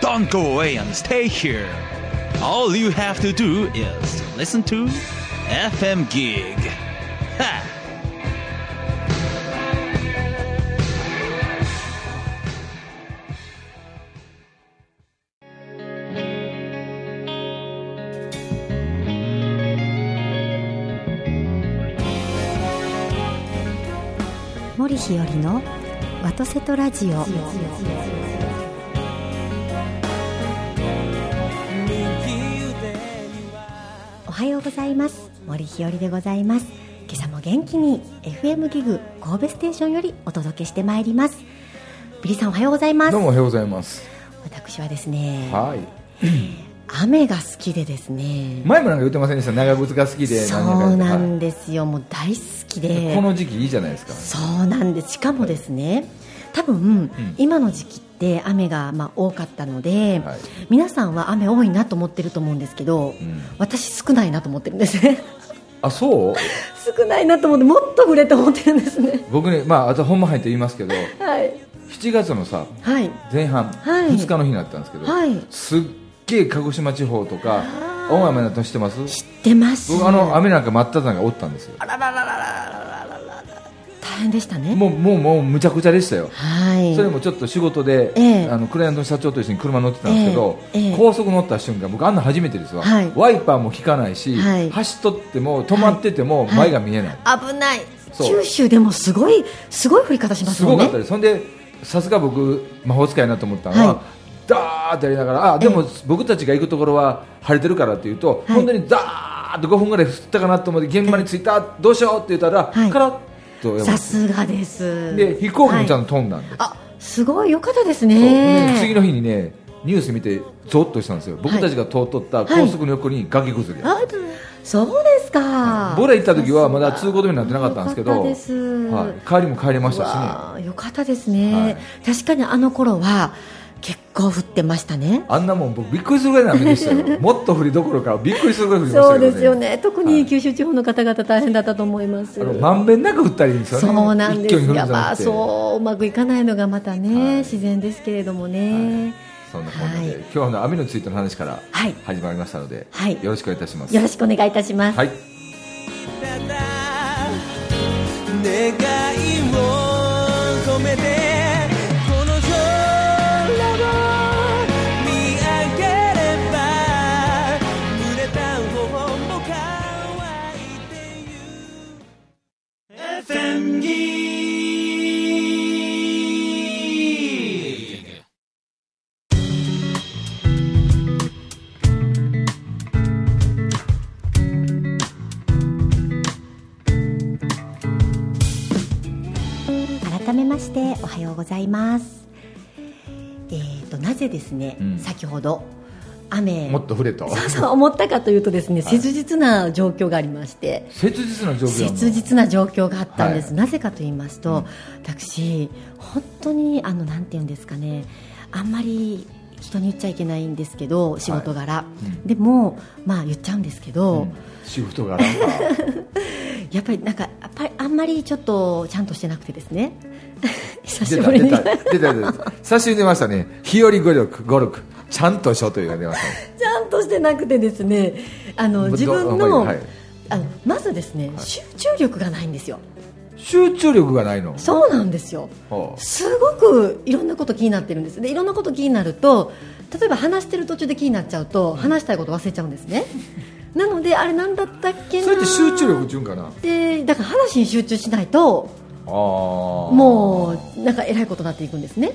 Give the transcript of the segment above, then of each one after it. Don't go away and stay here. All you have to do is listen to FM Gig. Ha! 森日和のワトセトラジオおはようございます森日和でございます今朝も元気に FM ギグ神戸ステーションよりお届けしてまいりますビリーさんおはようございますどうもおはようございます。私はですねはい。雨が好きでですね前もなんか言ってませんでした。長靴が好きでそ何年かやうったなはんですよもう大好きいでこの時期いいじゃないですか。そうなんですしかもですね多分、今の時期って雨がまあ多かったので、はい皆さんは雨多いなと思ってると思うんですけど、ん私少ないなと思ってるんですね あ、そう？少ないなと思ってもっと降れと思ってるんですね僕ね、まああと本番入って言いますけど、はい7月のさはい前半はい2日の日になったんですけど、はいすっげえ鹿児島地方とかあー大雨なったの知ってます？出ます僕あの雨なんか真っ只中おったんですよ。大変でしたねもうもうもうむちゃくちゃでしたよ。はいそれもちょっと仕事で、ええあのクライアントの社長と一緒に車乗ってたんですけど、ええええ高速乗った瞬間僕あんな初めてですわ、はいワイパーも効かないし、はい走っとっても止まっててもはい前が見えない、危ないそう九州でもすごいすごい降り方しますすもごんねかったです、そんでさすが僕魔法使いなと思ったのは、はいダーってやりながらあでも僕たちが行くところは晴れてるからっていうと、はい本当にダーッと5分ぐらい降ったかなと思って現場に着いた、どうしようって言ったら、はいカラッとやさむすがですで飛行機もちゃんはいと飛んだんで、あすごい良かったですそうで次ねの日にねニュース見てゾッとしたんですよ僕たちが通っとった高速の横に崖崩れ、あそうですか僕ら行った時はまだ通行止めになってなかったんですけどよかったです、はい、帰りも帰れましたしねわあよかったですね、はい確かにあの頃は結構降ってましたねあんなもん僕びっくりするぐらいの雨でし たよもっと降りどころかびっくりするぐらい降りましそたけうど、ね、ですよね特はにい九州地方の方々大変だったと思います、あのまんべんなく降ったりですよねそうなんで一挙にす降るんやじゃまなあくてそううまくいかないのがまたね、はい自然ですけれどもねそんなこんなで、はい今日の雨のついての話からはい始まりましたので、はいよろしくお願いいたしますよろしくお願いいたします、はいただ願いを込めてこの空を見上げれば濡れた頬も乾いてゆく FM ギー改めましておはようございますえー、となぜですね、うん先ほど雨もっと降れとそうそう思ったかというとですね、い切実な状況がありまして切実な状況やもん切実な状況があったんです、はいなぜかと言いますと、私、本当にあのなんて言うんですかねあんまり人に言っちゃいけないんですけど仕事柄、うんでも、まあ、言っちゃうんですけうど、ん仕事柄とかやっぱりなんかやっぱりあんまりちょっとちゃんとしてなくてです ね久し出ぶたり出にた出た出た久しぶりに出ましたね日和語力語力ちゃんとしようというのが出ましたねちゃんとしてなくてですねあのぶど自分の,、はいあのまずですね、集中力がないんですよ集中力がないのそうなんですよほうすごくいろんなこと気になってるんですでいろんなこと気になると例えば話してる途中で気になっちゃうと話したいこと忘れちゃうんですね なのであれ何だったっけなそれって集中力っていうんかなあでだから話に集中しないとももうなんかえらいことになっていくんですね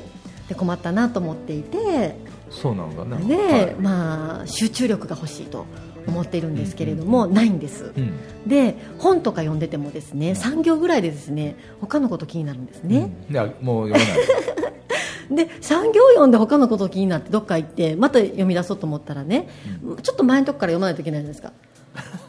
で困ったなと思っていてそうなのかなで、はいまあ、集中力が欲しいと思っているんですけれども、ないんです、うんで本とか読んでてもですね3行ぐらいでですね他のこと気になるんですね、いやもう読めないで3行読んで他のこと気になってどっか行ってまた読み出そうと思ったらね、ちょっと前のとこから読まないといけないじゃないですか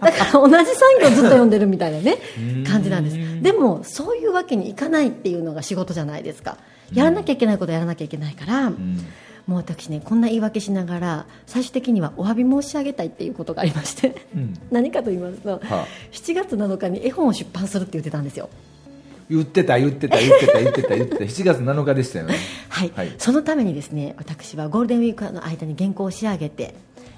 だから同じ3行ずっと読んでるみたいなねん感じなんですでもそういうわけにいかないっていうのが仕事じゃないですかやらなきゃいけないことはやらなきゃいけないから、うんもう私ねこんな言い訳しながら最終的にはお詫び申し上げたいっていうことがありましてうん何かと言いますと、はあ7月7日に絵本を出版するって言ってたんですよ言ってた言ってた言ってた言ってた言ってた7月7日でしたよねはい、はいそのためにですね私はゴールデンウィークの間に原稿を仕上げて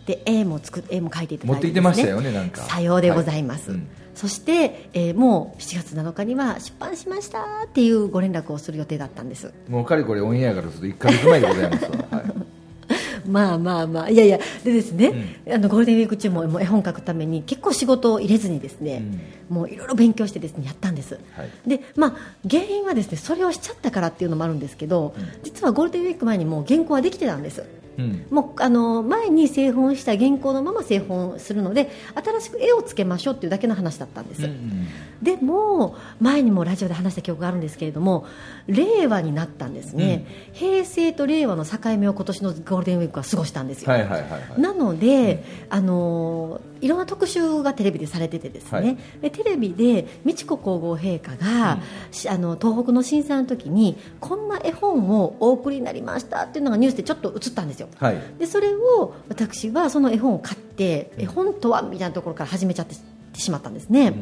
で絵も作っ絵も描いていただいて、持ってきてましたよねなんかさようでございます、はいうんそして、えーもう7月7日には出版しましたっていうご連絡をする予定だったんですもうかれこれオンエアからすると1か月前でございますわ、はいまあまあまあいやいやでですね、あのゴールデンウィーク中ももう絵本書くために結構仕事を入れずにですね、もういろいろ勉強してですねやったんです、はいでまあ原因はですねそれをしちゃったからっていうのもあるんですけど、実はゴールデンウィーク前にもう原稿はできてたんですうんもうあの前に製本した原稿のまま製本するので新しく絵をつけましょうっていうだけの話だったんです、うんでも前にもラジオで話した記憶があるんですけれども令和になったんですね、平成と令和の境目を今年のゴールデンウィークは過ごしたんですよ、はいはいはいはいなので、あのーいろんな特集がテレビでされててですね、はいでテレビで美智子皇后陛下が、しあの東北の震災の時にこんな絵本をお送りになりましたっていうのがニュースでちょっと映ったんですよ。はいでそれを私はその絵本を買って絵本とはみたいなところから始めちゃってしまったんですね、ん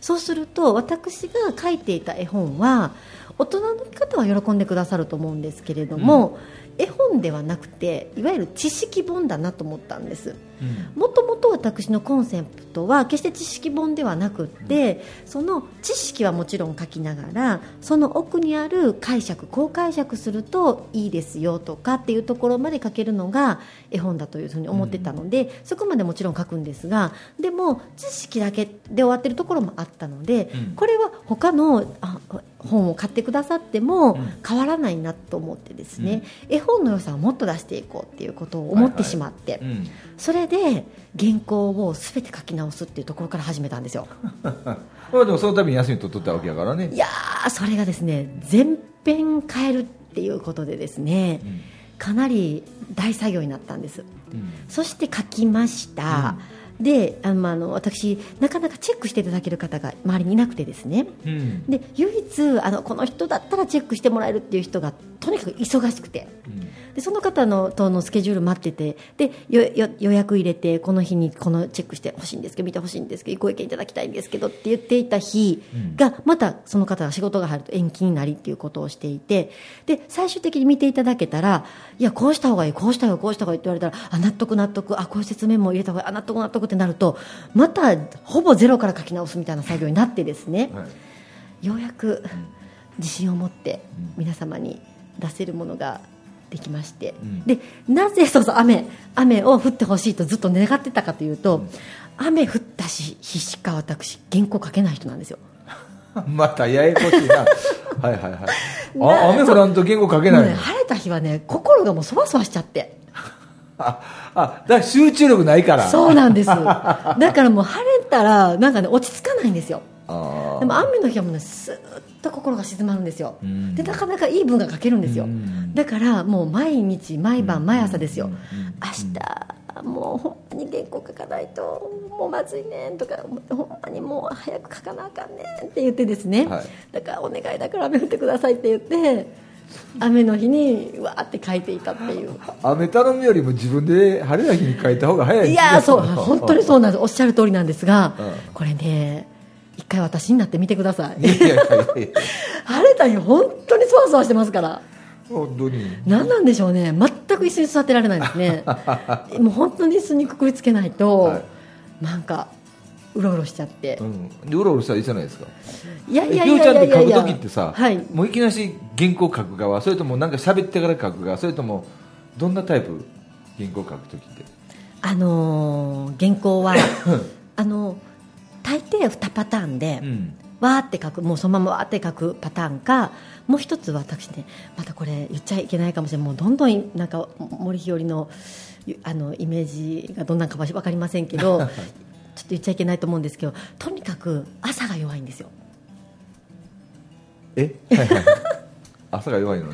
そうすると私が書いていた絵本は大人の方は喜んでくださると思うんですけれども、絵本ではなくていわゆる知識本だなと思ったんですうんもともと私のコンセプトは決して知識本ではなくって、その知識はもちろん書きながらその奥にある解釈こう解釈するといいですよとかっていうところまで書けるのが絵本だというふうに思ってたので、そこまでもちろん書くんですがでも知識だけで終わってるところもあったので、うんこれは他のあ本を買ってくださってもん変わらないなと思ってですね、絵本の良さをもっと出していこうっていうことを思ってしまって。うんそれで原稿を全て書き直すっていうところから始めたんですよまあでもそのために休み取っとったわけやからねいやーそれがですね全編変えるっていうことでですね、んかなり大作業になったんですうんそして書きました、であのあの私なかなかチェックしていただける方が周りにいなくてですねうんで唯一あのこの人だったらチェックしてもらえるっていう人がとにかく忙しくてうんでその方のとのスケジュール待っててでよよ予約入れてこの日にこのチェックしてほしいんですけど見てほしいんですけどご意見いただきたいんですけどって言っていた日が、またその方が仕事が入ると延期になりっていうことをしていてで最終的に見ていただけたらいやこうした方がいいこうした方がいいこうした方がいいって言われたらあ納得納得あこういう説明も入れた方がいいあ納得納得ってなるとまたほぼゼロから書き直すみたいな作業になってですね、はいようやく自信を持って皆様に出せるものができまして、んでなぜそうそう雨雨を降ってほしいとずっと願ってたかというと、雨降ったし日しか私原稿書けない人なんですよまたややこしいなはいはい はいあ雨降らんと言語書けもなういねの晴れた日はね心がもうそわそわしちゃってああだから集中力ないからそうなん ですだからもう晴れたらなんかね落ち着かないんですよあーでも雨の日はもうねスーッと心が静まるんですよ、うんでなかなかいい文が書けるんですよ、うんだからもう毎日毎晩毎朝ですよ、うんうん明日もう本当に原稿書かないともうまずいねんとかほんまにもう早く書かなあかんねんって言ってですね、はいだからお願いだから雨降ってくださいって言って雨の日にわーって書いていたっていう雨頼むよりも自分で晴れた日に書いた方が早いいやーそう本当にそうなんですおっしゃる通りなんですが、うこれね一回私になってみてくださいいやいやいやいや晴れた日本当にそわそわしてますから本当に何なんでしょうね全く椅子に座ってられないです ねもう本当に椅子にくくりつけないと、はいなんかうろうろしちゃってう、んでうろうろしたらいいじゃないですかいやえいやひいよやちゃいんやっいやて書いくや時ってさはい、もういきなり原稿書く側それともなんか喋ってから書く側それともどんなタイプ原稿書く時ってあのー原稿はあのー大抵2パターンで、うんわーって書くもうそのままわーって書くパターンかもう一つは私ねまたこれ言っちゃいけないかもしれないもうどんどんなんか森日和のゆあのイメージがどんなんかわしわかりませんけ どちょっと言っちゃいけないと思うんですけどとにかく朝が弱いんですよえはいはい 朝が弱いのね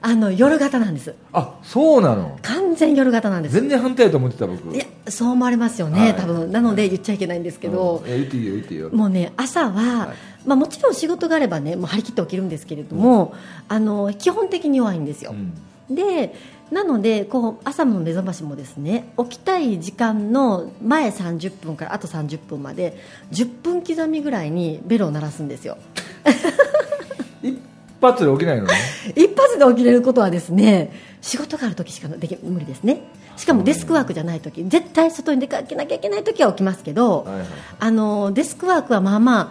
あの夜型なんですあそうなの完全夜型なんです全然反対だと思ってた僕いやそう思われますよね、はい多分なので言っちゃいけないんですけど、うんいや言っていいよ言っていいよもうね朝は、はいまあ、もちろん仕事があればねもう張り切って起きるんですけれども、あの基本的に弱いんですよ、うんでなのでこう朝の目覚ましもですね起きたい時間の前30分からあと30分まで10分刻みぐらいにベルを鳴らすんですよ 一発で起きないのね一発で起きれることはですね仕事がある時しかでき無理ですねしかもデスクワークじゃない時絶対外に出かけなきゃいけない時は起きますけど、はいはいあのデスクワークはまあまあ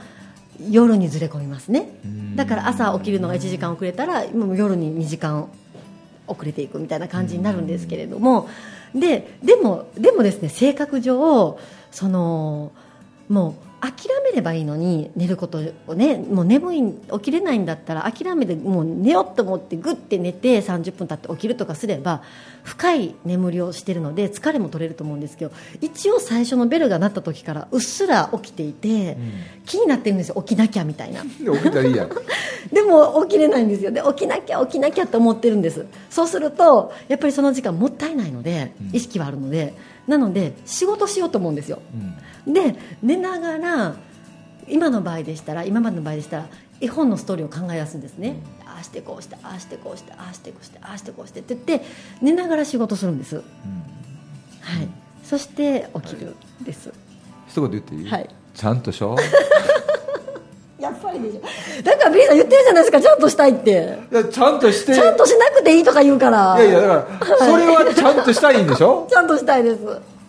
夜にずれ込みますねだから朝起きるのが1時間遅れたらもう夜に2時間遅れていくみたいな感じになるんですけれどもででもでもですね性格上そのもう諦めればいいのに寝ることをねもう眠い起きれないんだったら諦めてもう寝ようと思ってぐって寝て30分経って起きるとかすれば深い眠りをしてるので疲れも取れると思うんですけど一応最初のベルが鳴った時からうっすら起きていて、気になってるんですよ起きなきゃみたいな。で起きたら いいやんでも起きれないんですよで起きなきゃ起きなきゃと思ってるんですそうするとやっぱりその時間もったいないのでうん意識はあるので、なので仕事しようと思うんですようんで寝ながら今の場合でしたら今までの場合でしたら絵本のストーリーを考え出すんですね、ああしてこうしてああしてこうしてああしてこうしてああしてこうしてって言って寝ながら仕事するんです、はいそして起きるです、一言言っていい、はいちゃんとしょやっぱりでしょだからビリーさん言ってるじゃないですかちゃんとしたいっていやちゃんとし てちゃんとしなくていいとか言うからいやいやだからそれはちゃんとしたいんでしょちゃんとしたいです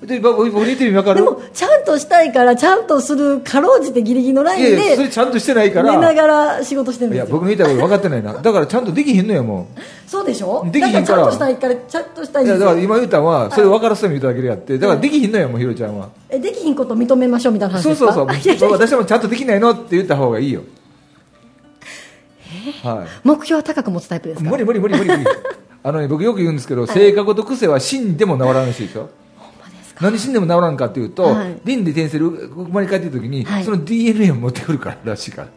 で僕僕似てるわかでるもちゃんとしたいからちゃんとするかろうじてギリギリのラいインやいやそれでちゃんとしてない寝からながら仕事してるんいでやすよ僕の言いたいこと分かってないなだからちゃんとできへんのやもそうでしょできだひんかからちゃんらとしたいからちゃんとしたういいんでやすだからよ今言うたんはそれ分からせてみただけでやってだからできひんのやもんひろちゃんはえできひんこと認めましょうみたいな話そうですそうかそう いやいや私もちゃんとできないのって言った方がいいよはい目標は高く持つタイプですか無理無理無理無理 無理あのね僕よく言うんですけど、性格と癖は死んでも治らないらしいですよなんで死んでも治らんかっていうと、はい輪廻転生で生まれ変わってる時に、はいその DNA を持ってくるかららしいから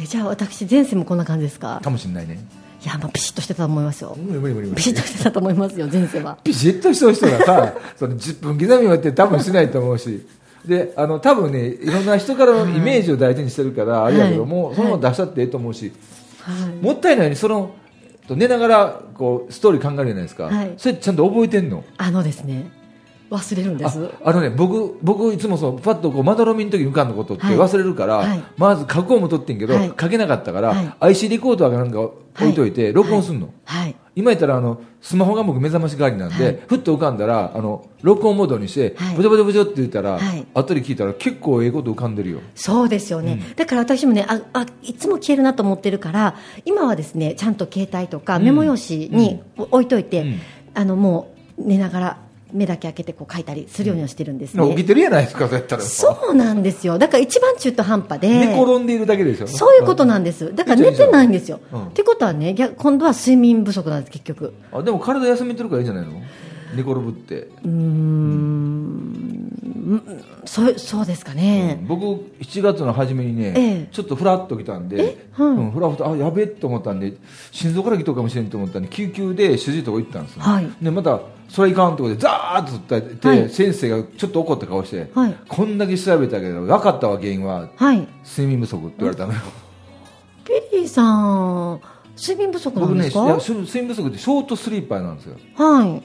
えじゃあ私前世もこんな感じですかかもしれないねいやまあピシッとしてたと思いますよ無理無理無理無ピシッ理としてたと思いますよ前世はピシッとした人がさその10分刻みはって多分しないと思うしであの多分ねいろんな人からのイメージを大事にしてるからあれやけど、はいもうそのまま出したってええと思うし、はいもったいないようにその寝ながらこうストーリー考えるじゃないですか、はいそれちゃんと覚えてんのあのですね忘れるんですああのね僕僕いつもそうパッとこうまどろみの時に浮かんだことってはい忘れるから、はいまず過去も取ってんけど、はい書けなかったから、はい IC レコーダーかなんか置いといて、録音すんの、はい今やったらあのスマホが僕目覚まし代わりなんで、はいふっと浮かんだらあの録音モードにして、はいブチョブチョブチョって言ったら、はい後で聞いたら結構ええこと浮かんでるよそうですよね、だから私もねああいつも消えるなと思ってるから今はですねちゃんと携帯とかメモ用紙に置いといて、うんあのもう寝ながら目だけ開けてこう書いたりするようにはしてるんですね、起きてるやないですかそうやったらそうなんですよだから一番中途半端で寝転んでいるだけでしょそういうことなんですだから寝てないんですよ、うんってことはね逆今度は睡眠不足なんです結局あでも体休めてるからいいんじゃないの寝転ぶって、そうそうですかね、僕7月の初めにね、ええちょっとふらっと来たんでえ、はいうんふらふらあやべえと思ったんで心臓から来とるかもしれんと思ったんで救急で主治医とこ行ったんですよ、はいでまたそれいかんとこでザーッと伝えて、はい先生がちょっと怒った顔して、はいこんだけ調べたけど分かったわ原因ははい睡眠不足って言われたのよ、ペリーさん睡眠不足な僕んねでいすか、や睡眠不足ってショートスリーパーなんですよはい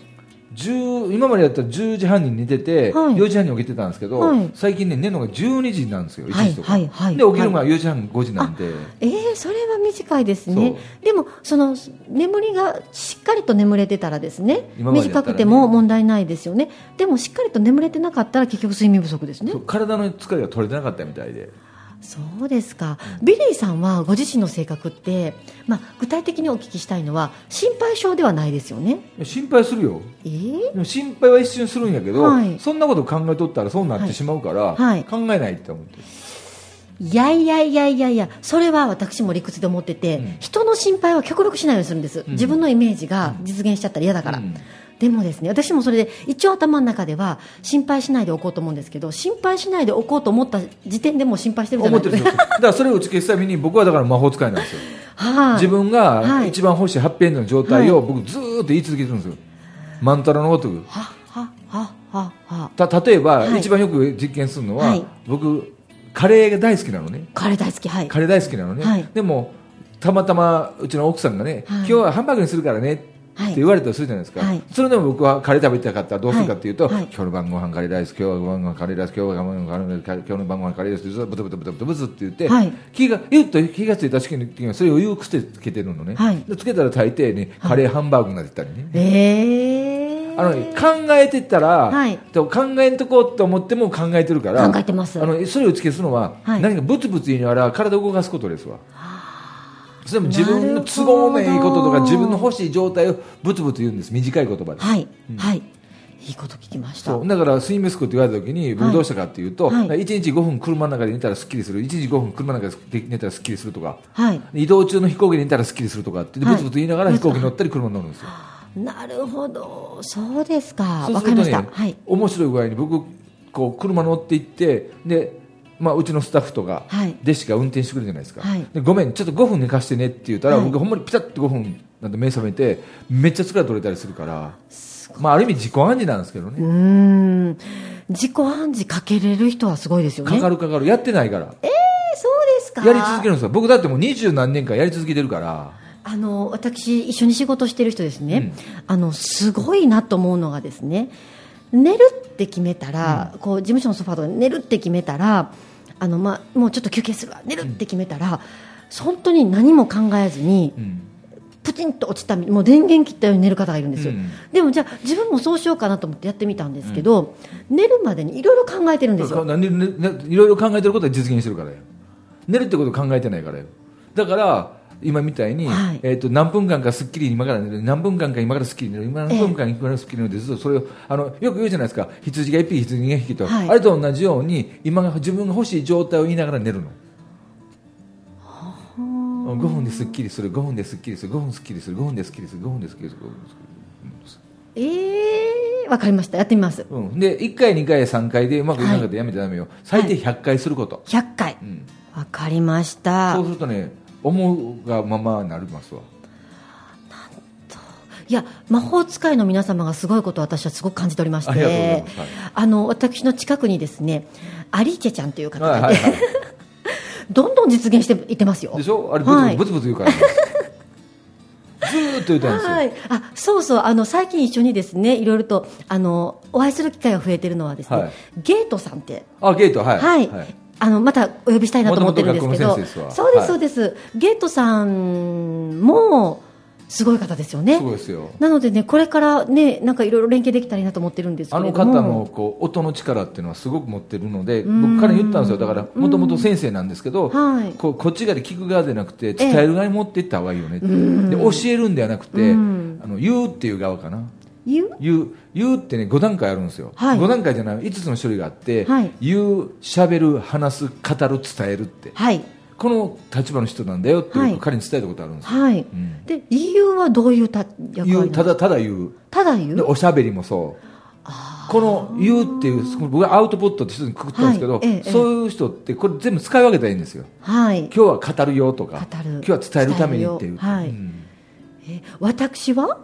10今までだったら10時半に寝てて、はい4時半に起きてたんですけど、はい最近ね寝るのが12時なんですよ1はい時とか、はいはいで起きるのが4時半5時なんで、えー、それは短いですねでもその眠りがしっかりと眠れてたらですね今までだったら短ねくても問題ないですよねでもしっかりと眠れてなかったら結局睡眠不足ですねそう体の疲れが取れてなかったみたいでそうですかビリーさんはご自身の性格って、まあ、具体的にお聞きしたいのは心配性ではないですよね心配するよえーでも心配は一瞬するんやけど、はいそんなこと考えとったらそうなっはていしまうから、はい考えないって思って、いやいやいやいやいやそれは私も理屈で思ってて、うん人の心配は極力しないようにするんです、うん自分のイメージが実現しちゃったら嫌だから、うんでもですね私もそれで一応頭の中では心配しないでおこうと思うんですけど心配しないでおこうと思った時点でもう心配してるじゃな思いってでるんすでかすよだからそれを打ち消すために僕はだから魔法使いなんですよ、はい自分がはい一番欲しいハッピーエンドの状態を僕ずーっと言い続けてるんですよマンタラのごとくはははははた例えば、はい一番よく実験するのは、はい僕カレーが大好きなのね彼大好きはいカレー大好きなのね、はいでもたまたまうちの奥さんがね、はい今日はハンバーグにするからねってはいって言われたりするじゃないですか、はいそれでも僕はカレー食べたかったらどうするかっていうと、はいはい今日の晩ご飯カレーライス今日の晩ご飯カレーライス今日の晩ご飯カレーライス今日の晩ご飯カレーライスってずっとブツブツブツブツブツって言って、はい気がゆっと気がついた時にはそれをよくつけてるのね、はいでつけたら大抵ねカレーハンバーグになってたりね、ええあのね考えてたら、はいと考えんとこうと思っても考えてるから考えてますあのそれを打ち消すのは、はい何かブツブツ言いながら体を動かすことですわそれも自分の都合のいいこなととるほかど自分の欲しい状態をブツブツ言うんです短い言葉で、はい、はいいいこと聞きましたそうだから睡眠スクって言われた時に僕どうしたかっていうと、はいはい1日5分車の中で寝たらすっきりする1時5分車の中で寝たらすっきりするとかはい移動中の飛行機に寝たらすっきりするとかってはいブツブツ言いながら飛行機に乗ったり車に乗るんですよ、なるほどそうですかわ、そうかすりるまとしね、たはい面白い具合に僕こう車乗って行ってで、まあ、うちのスタッフとかはい弟子が運転してくれるじゃないですか、はいでごめんちょっと5分寝かしてねって言ったら、はい僕ほんまにピタッと5分なんて目覚めてめっちゃ疲れ取れたりするからまあ、ある意味自己暗示なんですけどうね、ーん自己暗示かけれる人はすごいですよねかかるかかるやってないからえそうですかやり続けるんですよ僕だってもう二十何年間やり続けてるからあの私一緒に仕事してる人ですね、うんあのすごいなと思うのがですね寝るって決めたら、こう事務所のソファーとかで寝るって決めたらあの、まあ、もうちょっと休憩するわ寝るって決めたら、本当に何も考えずに、うんプチンと落ちたもう電源切ったように寝る方がいるんですよ、うんでもじゃあ自分もそうしようかなと思ってやってみたんですけど、寝るまでにいろいろ考えてるんですよなんでねねいろいろ考えてることは実現してるからよ寝るってこと考えてないからよだから今みたいに、はいえー、と何分間かすっきり今から寝る何分間か今からすっきり寝る今何分間今からすっきり寝るってずっとそれをあのよく言うじゃないですか羊が一匹羊が一匹と、はいあれと同じように今が自分が欲しい状態を言いながら寝るの5分ですっきりする5分ですっきりする5分すっきりする5分ですっきりする5分ですっきりする5分ですっきりするええー、わかりましたやってみますうん、で1回、2回、3回でうまくいかなかったらやめちゃだめよ、最低100回すること、 100回うん、わかりましたそうするとね思うがままになりますわいや魔法使いの皆様がすごいことを私はすごく感じておりましありがとうございてますはいあの私の近くにですねアリーチェちゃんという方がいて、はいはいはどんどん実現していってますよい、でしょあれブツブはツいブツブツ言うから、ねずーっと言ったんですよ、はい、あそうそうあの最近一緒にですねいろいろとあのお会いする機会が増えてるのはですね、はいゲートさんってあゲートはい、はい、あのまたお呼びしたいなと思ってるんですけど元々学校の先生ですわそうではすいそうです、ゲートさんもすごい方ですよねすごいですよなのでねこれからねなんかいろいろ連携できたらいいなと思ってるんですけあれのども方のこう音の力っていうのはすごく持ってるので僕から言ったんですよだからもともと先生なんですけど、はいこうこっち側で聞く側じゃなくて伝える側に持っていった方がいいよねって、で教えるんではなくて、うんあの言うっていう側かな言う言う言うってね5段階あるんですよ、はい5段階じゃない5つの種類があって、はい言う、しゃべる、話す、語る、伝えるってはいこの立場の人なんだよって僕、はい彼に伝えたことあるんですよ、はい、んで理由はどういうた役割言なんうですかただただ言うただ言でうおしゃべりもそうこの言うっていうその僕はアウトプットって一つにくくったんですけはど、いええそういう人ってこれ全部使い分けたらいいんですよはい今日は語るよとか語る今日は伝えるためにって伝えいう、るよはいうんえ私は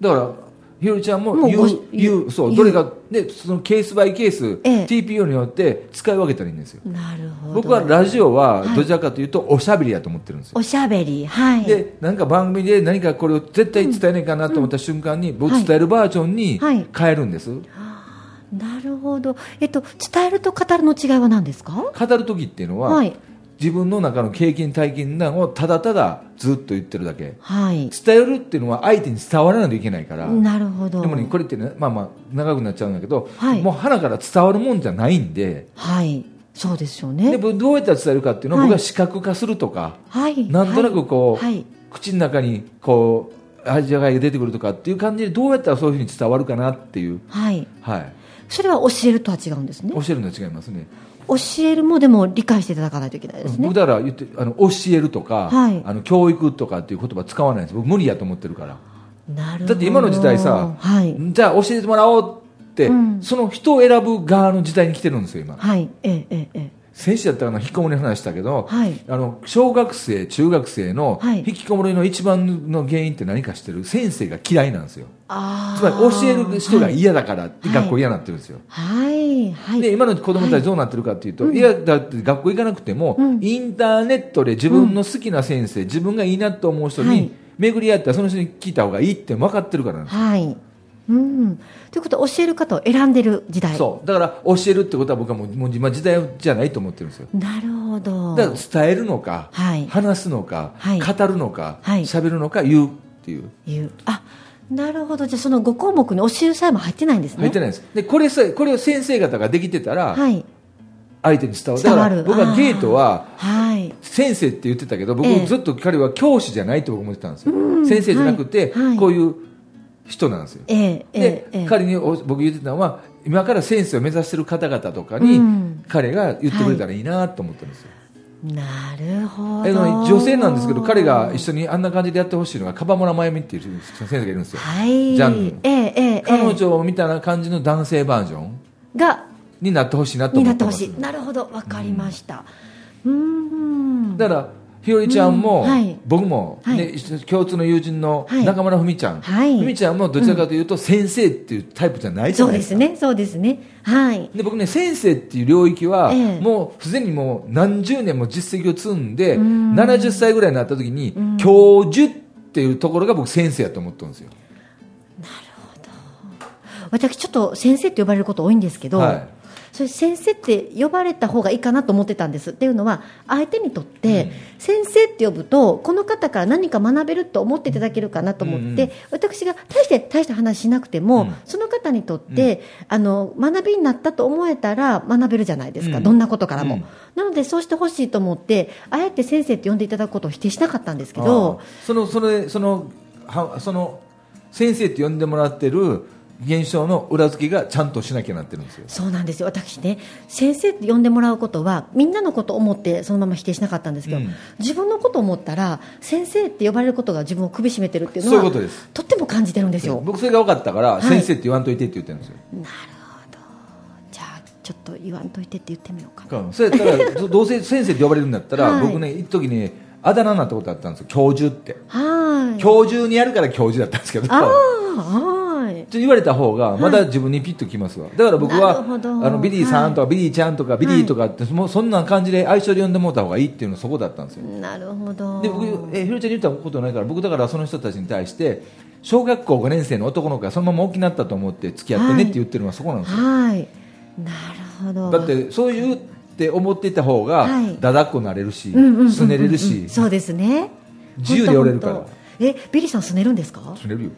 だからひろりちゃんももう言ごう言うそう言うどれがでそのケースバイケース、ええ TPO によって使い分けたらいいんですよなるほど僕はラジオははいどちらかというとおしゃべりやと思ってるんですよ、おしゃべりはいでなんか番組で何かこれを絶対伝えないかなと思った瞬間に、僕伝えるバージョンにはい変えるんです、なるほど、えっと、伝えると語るの違いは何ですか語る時っていうのは、はい自分の中の経験体験談をただただずっと言ってるだけはい伝えるっていうのは相手に伝わらないといけないからなるほどでもねこれってねまあまあ長くなっちゃうんだけど、はいもう花から伝わるもんじゃないんではいそうですよでね僕どうやったら伝えるかっていうのを、はい僕は視覚化するとかはいなんとなくこう、はいはい口の中にこう味わいが出てくるとかっていう感じでどうやったらそういうふうに伝わるかなっていう、はいはい、それは教えるとは違うんですね教えるのは違いますね教えるもでも理解していただかないといけないですね僕だから言ってあの教えるとか、はいあの教育とかっていう言葉使わないんです僕無理やと思ってるからなるほどだって今の時代さ、はいじゃあ教えてもらおうって、うんその人を選ぶ側の時代に来てるんですよ今はいええええええ先週だったかな引きこもりの話したけど、はいあの小学生中学生のはい引きこもりの一番の原因って何かしてる先生が嫌いなんですよあつまり教ーえる人が嫌だからってはい学校嫌になってるんですよ、はいはいで今の子供たちどうなってるかっていうと、い、やだって学校行かなくても、うんインターネットで自分の好きな先生、自分がいいなと思う人はいに巡り合ったらその人に聞いた方がいいって分かってるからなんですはい。うん。ということは教える方を選んでる時代。そうだから教えるってことは僕はもうもう今時代じゃないと思ってるんですよなるほど。だから伝えるのか、はい話すのか、はい語るのかはい喋、るのか言うっていういう。あ、なるほど。じゃあその5項目に教えるさえも入ってないんですね。入ってないですでこれさこれを先生方ができてたらはい。相手に伝わる、伝わだからる。僕はゲートはあーはい。先生って言ってたけど僕ええずっと彼は教師じゃないと僕思ってたんですよ、先生じゃなくて、はいはいこういう人なんですよえええで、えええ彼にお僕言ってたのは今から先生を目指してる方々とかに、うん彼が言ってくれたらいいなと思ってるんですよ、なるほえど。女性なんですけど彼が一緒緒にあんな感じでやってほしいのが樺村真由美っていう先生がいるんですよ、はい。ジャンルええええ彼ええ女みたいな感じの男性バージョンが、になってほしいなとに思なっっててほましすい。なるほど。わかりました。うん。だからひよりちゃんも、うんはい僕も、はいね一緒共通の友人のはい中村文ちゃん、はい文ちゃんもどちらかというと先生っていうタイプじゃないじそゃうなでいですすか、ね。そうですね。はい。で僕ね先生っていう領域は、ええもうすでにもう何十年も実績を積んで、ん70歳ぐらいになった時に、教授っていうところが僕先生やと思ってるんですよ、私ちょっと先生って呼ばれること多いんですけど、はいそれ先生って呼ばれた方がいいかなと思ってたんですっていうのは相手にとって先生って呼ぶとこの方から何か学べると思っていただけるかなと思って、うんうん私が大して大した話しなくても、うんその方にとって、あの学びになったと思えたら学べるじゃないですか、うんどんなことからも、うんなのでそうしてほしいと思ってあえて先生って呼んでいただくことを否定しなかったんですけあどあそのそれそのはその先生って呼んでもらってる現象の裏付けがちゃんとしなきゃなってるんですよそうなんですよ私ね先生って呼んでもらうことはみんなのことを思ってそのまま否定しなかったんですけど、うん自分のことを思ったら先生って呼ばれることが自分を首絞めてるっていうのはそういうことですとっても感じてるんですよ、僕それが分かったから、い先生って言わんといてって言ってるんですよじゃあちょっと言わんといてって言ってみようかなそれだからどどうせ先生って呼ばれるんだったら、はい僕ね一時ねあだ名になったことあったんですよ教授ってはーい教授にやるから教授だったんですけどあちーはーいょっと言われた方がまだ自分にピッときますわ、だから僕なはるほあどのビリーさんとかビリーちゃんとかビリーとかって、もうそんな感じで相性で呼んでもらった方がいいっていうのはそこだったんですよなるほどで僕えひろちゃんに言ったことないから僕だからその人たちに対して小学校5年生の男の子がそのまま大きなったと思って付き合ってねって言ってるのはそこなんですよ、はいなるほどだってそういうって思っていた方がはいだだっこになれるし、うんうんうんうんすねれるし、そうですね自由でおれるからほんとほんとえビリーさんすねるんですかすねるよ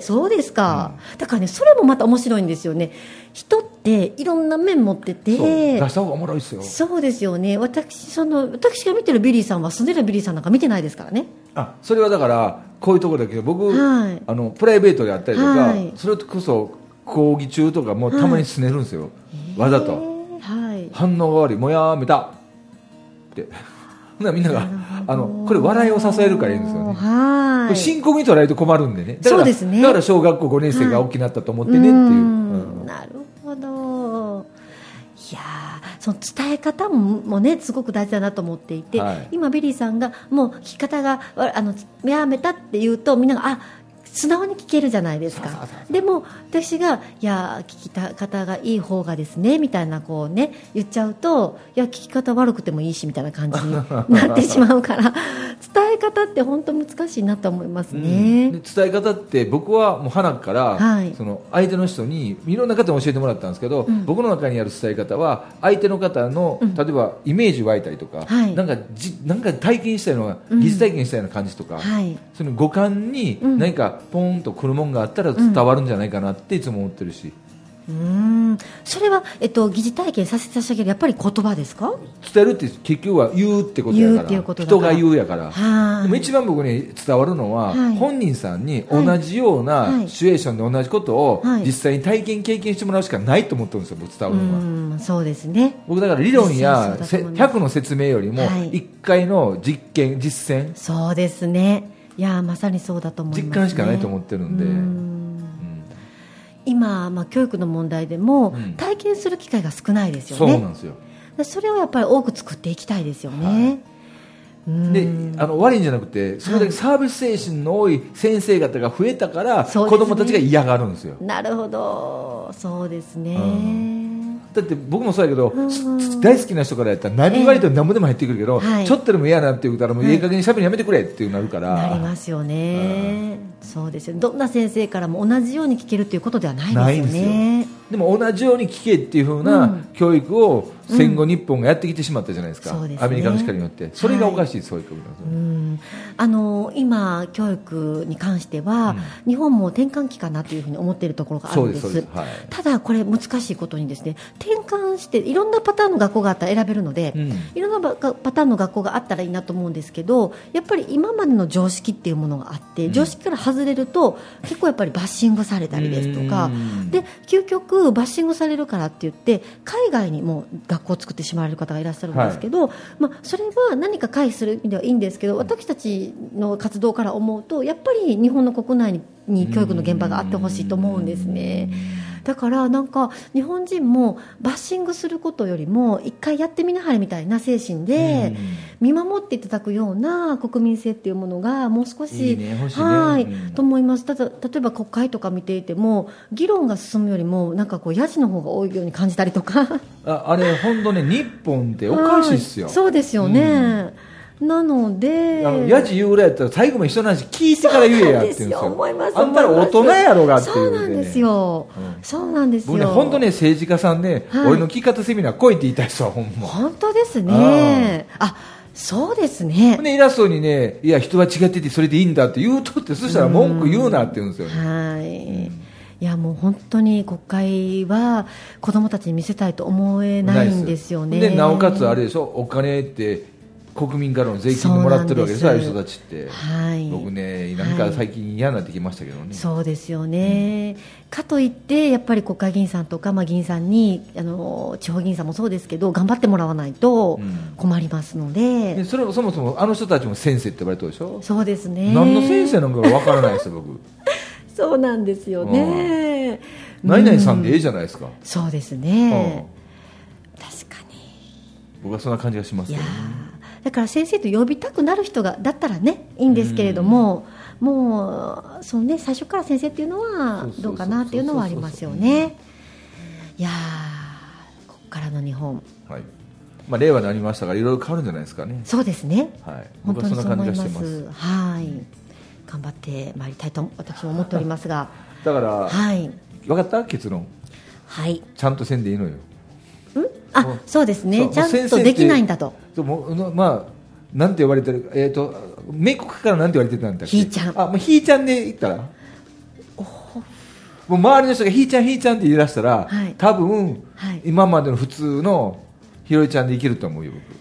そうですか、だからねそれもまた面白いんですよね人っていろんな面持っててそう出した方がおもろいですよそうですよね私その私が見てるビリーさんは住んでるビリーさんなんか見てないですからねあそれはだからこういうところだけど僕、はいあのプライベートであったりとか、はいそれこそ講義中とかもうたまにすねるんですよ、わざとへーはい反応が悪いもやーめたって ほんならみんながあのこれ笑いを支えるからいいんですよね、はこれい深刻に捉えると困るんでねだからそうですねだから小学校5年生が大きくなったと思ってねっていう、ーうんんなるほどいやーその伝え方ももねすごく大事だなと思っていて、はい今ビリーさんがもう聞き方がああのやめたって言うとみんながあ素直に聞けるじゃないですかでも私がいやー聞きた方がいい方がですねみたいなこうね言っちゃうといや聞き方悪くてもいいしみたいな感じ になってしまうから伝え方って本当難しいなと思いますね。で伝え方って僕はもう花から、はいその相手の人にいろんな方に教えてもらったんですけど、僕の中にある伝え方は相手の方の、例えばイメージ湧いたりとか、はいなんかじなんか体験したような疑似体験したような感じとか、はいその五感に何かポーンとくるもんがあったら伝わるんじゃないかなっていつも思ってるし、うーんそれは、えっと、疑似体験させて差し上げるやっぱり言葉ですか伝えるって結局は言うってことや言うかっていらうことだか人らが言うやから。はでもい一番僕に伝わるのは、はい本人さんに同じようはないシチュエーションで同じことをはい実際に体験経験してもらうしかないと思ってるんですよ僕伝うわるのは、ーんそうですね僕だから理論や実際せそうだと思います100の説明よりもはい1回の実験実践そうですねいやーまさにそうだと思います、ね、実感しかないと思ってるんでうー今、まあ、教育の問題でも、うん体験する機会が少ないですよそうなねんですよそれをやっぱり多く作っていきたいですよね、はうーんであの悪いんじゃなくてそれだけサービス精神の多い先生方が増えたから、そうで子すね供たちが嫌がるんですよなるほどそうですね、うんだって僕もそうやけど、大好きな人からやったら何割と何もでも入ってくるけど、ええはいちょっとでも嫌なって言うからもういい加減にしゃべるのやめてくれっていうなるから、なりますよね、そうですよねどんな先生からも同じように聞けるということではないないんでですすよよね。でも同じように聞けっていうふううなん教育を戦後日本がやってきてしまったじゃないですか、そうですねアメリカの力によってそれがおかしい、そういうことですねうんあの今、教育に関しては、日本も転換期かなというふうに思っているところがあるんですそうですそうですはいただ、これ難しいことにですね転換していろんなパターンの学校があったら選べるので、うんいろんなパパターンの学校があったらいいなと思うんですけどやっぱり今までの常識っていうものがあって常識から外れると結構やっぱりバッシングされたりですとかうんで究極、バッシングされるからって言って海外にも学校を作ってしまわれる方がいらっしゃるんですけど、まあ、それは何か回避する意味ではいいんですけど私たちの活動から思うとやっぱり日本の国内にに教育の現場があってほしいと思うんですね。だからなんか日本人もバッシングすることよりも一回やってみなはれみたいな精神で見守っていただくような国民性っていうものがもう少しいいね欲しいねはい、うんと思いますただ例えば国会とか見ていても議論が進むよりもなんかこうやじの方が多いように感じたりとか。ああれ本当ね日本っておかしいっすよ、は そうですよね、なのであのやじ言うぐらいやったら最後まで人の話聞いてから言えやって言うんですよそうなんですよ思いますあんたら大人やろがっていそううねなんですよ、そうなんですよ僕ね本当ね政治家さんね、はい俺の聞き方セミナー来いって言いたい人はほんま本当ですねあそうですねで偉そうにね、いや、人は違ってて、それでいいんだって言うとって、そしたら文句言うなって言うんですよね、はい、いやもう本当に国会は子供たちに見せたいと思えないんですよね。でなおかつ、あれでしょ、お金って国民からの税金でもらってるわけでしそうょ、あなあんいうです人たちって、はい僕ね、なんか最近嫌になってきましたけどね、そうですよね、かといって、やっぱり国会議員さんとか、まあ、議員さんにあの地方議員さんもそうですけど頑張ってもらわないとうん困りますのでで、それもそもそもあの人たちも先生って呼ばれてるでしょ、そうですね何の先生なのかわからないですよ、僕、そうなんですよね。何々さんでえうえじゃないですか、そうですうんね、確かに僕はそんな感じがしますいけやどねーだから先生と呼びたくなる人がだったらねいいんですけれども、もうその、ね、最初から先生っていうのはそうそうそうどうかなっていうのはありますよね。いやーここからの日本はいまあ、令和になりましたから、いろいろ変わるんじゃないですかね、そうですね、はい、本僕当はそにそう思んな感じいがしまてます。す。はい頑張ってまいりたいと私も思っております がだから、はい分かった結論はいちゃんとせんでいいのよあそうですそねうちゃもうん先生っとてできないんだとそうもうのまあなんて呼ばれてるえっ、と名国からなんて言われてたんだっけひーちゃんあもうひーちゃんで言ったらもう周りの人がひーちゃんひーちゃんって言い出したら、はい多分、はい今までの普通のひろいちゃんでいけると思うよ僕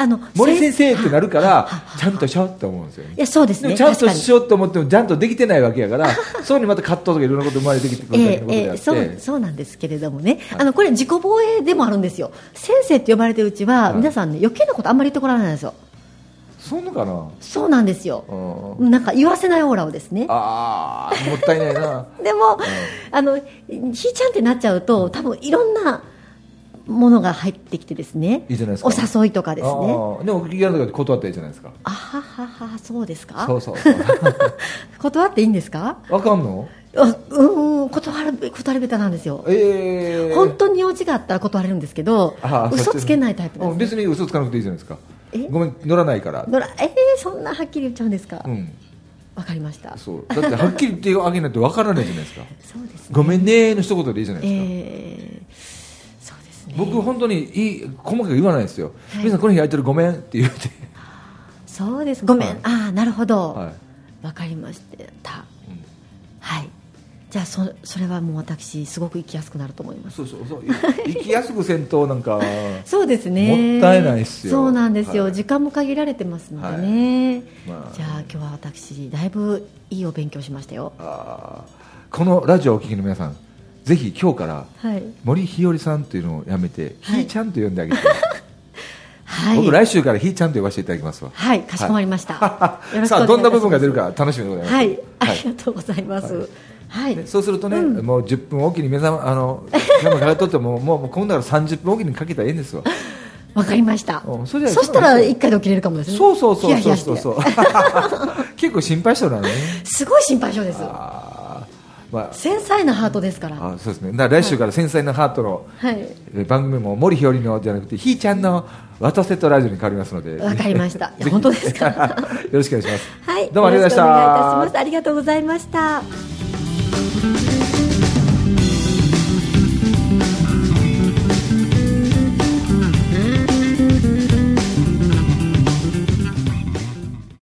あの森先先生ってなるからちゃんとしようって思うんですよねいやそうですでもねちゃん確とかにしようと思ってもちゃんとできてないわけやから そうにまた葛藤とかいろんなこと生まれてきてくるみたいなことええであええって、そうそうなんですけれどもね、あのこれ、自己防衛でもあるんですよ、先生って呼ばれてるうちは、い皆さんね、余計なことあんまり言ってこられないんですよ、そうのかなそうなんですよ、うんなんか言わせないオーラをですね、ああもったいないなでも、あのひいちゃんってなっちゃうと、多分いろんなものが入ってきてですね、いいじゃないですかお誘いとかですあね。ーでも聞かれたから断ったらいいじゃないですかあはははそうですかそうそうそう 断っていいんですかわかんのあうんうん断る断り下手なんですよええ本当に用事があったら断れるんですけどあー嘘そっちねつけないタイプなんうでんす別に嘘つかなくていいじゃないですかえごめん乗らないからのらえー、そんなはっきり言っちゃうんですかわ、うんかりましたそそうだってはっきり言ってあげないとわからないじゃないですかうですねごめんねーの一言でいいじゃないですか、えー、そうですね僕本当にいい細かく言わないですよ、はい皆さんこの日空いてるごめんって言ってそうですごめん、はいああなるほどわは、かりました、んはいじゃあそそれはもう私すごく行きやすくなると思いますそうそうそう行きやすく戦闘なん かそうですねもったいないっすよそうなんですよ、はい時間も限られてますのでね、はいまあじゃあ今日は私だいぶいいお勉強しましたよあーこのラジオをお聞きの皆さんぜひ今日からはい森ひよりさんっていうのをやめて、 はいひーちゃんと呼んであげて、はい僕来週からひーちゃんと呼ばせていただきますわはいかしこまりました、よろしくお願いいたします さあどんな部分が出るか楽しみでございますはい、あはいりがとうございます。はい、ねそうするとね、もう10分おきに目覚まあの目覚まからとってももうもう今度から30分おきにかけたらええんですわわかりました。うんそそれじゃしたら一回で起きれるかもですね。そうそうそヒうヤヒそうヤしそうて そう結構心配しとるなのねすごい心配性です。あーま繊細なハートですからあ、あそうですね。だから来週から繊細なハートの、はいえー番組も森ひよりのじゃなくてひーちゃんの渡瀬とラジオに変わりますので。わかりましたいやぜひ本当ですか よろしくお願いします。はいどうもありがとうございまよろくお願いいたしたしますありがとうございました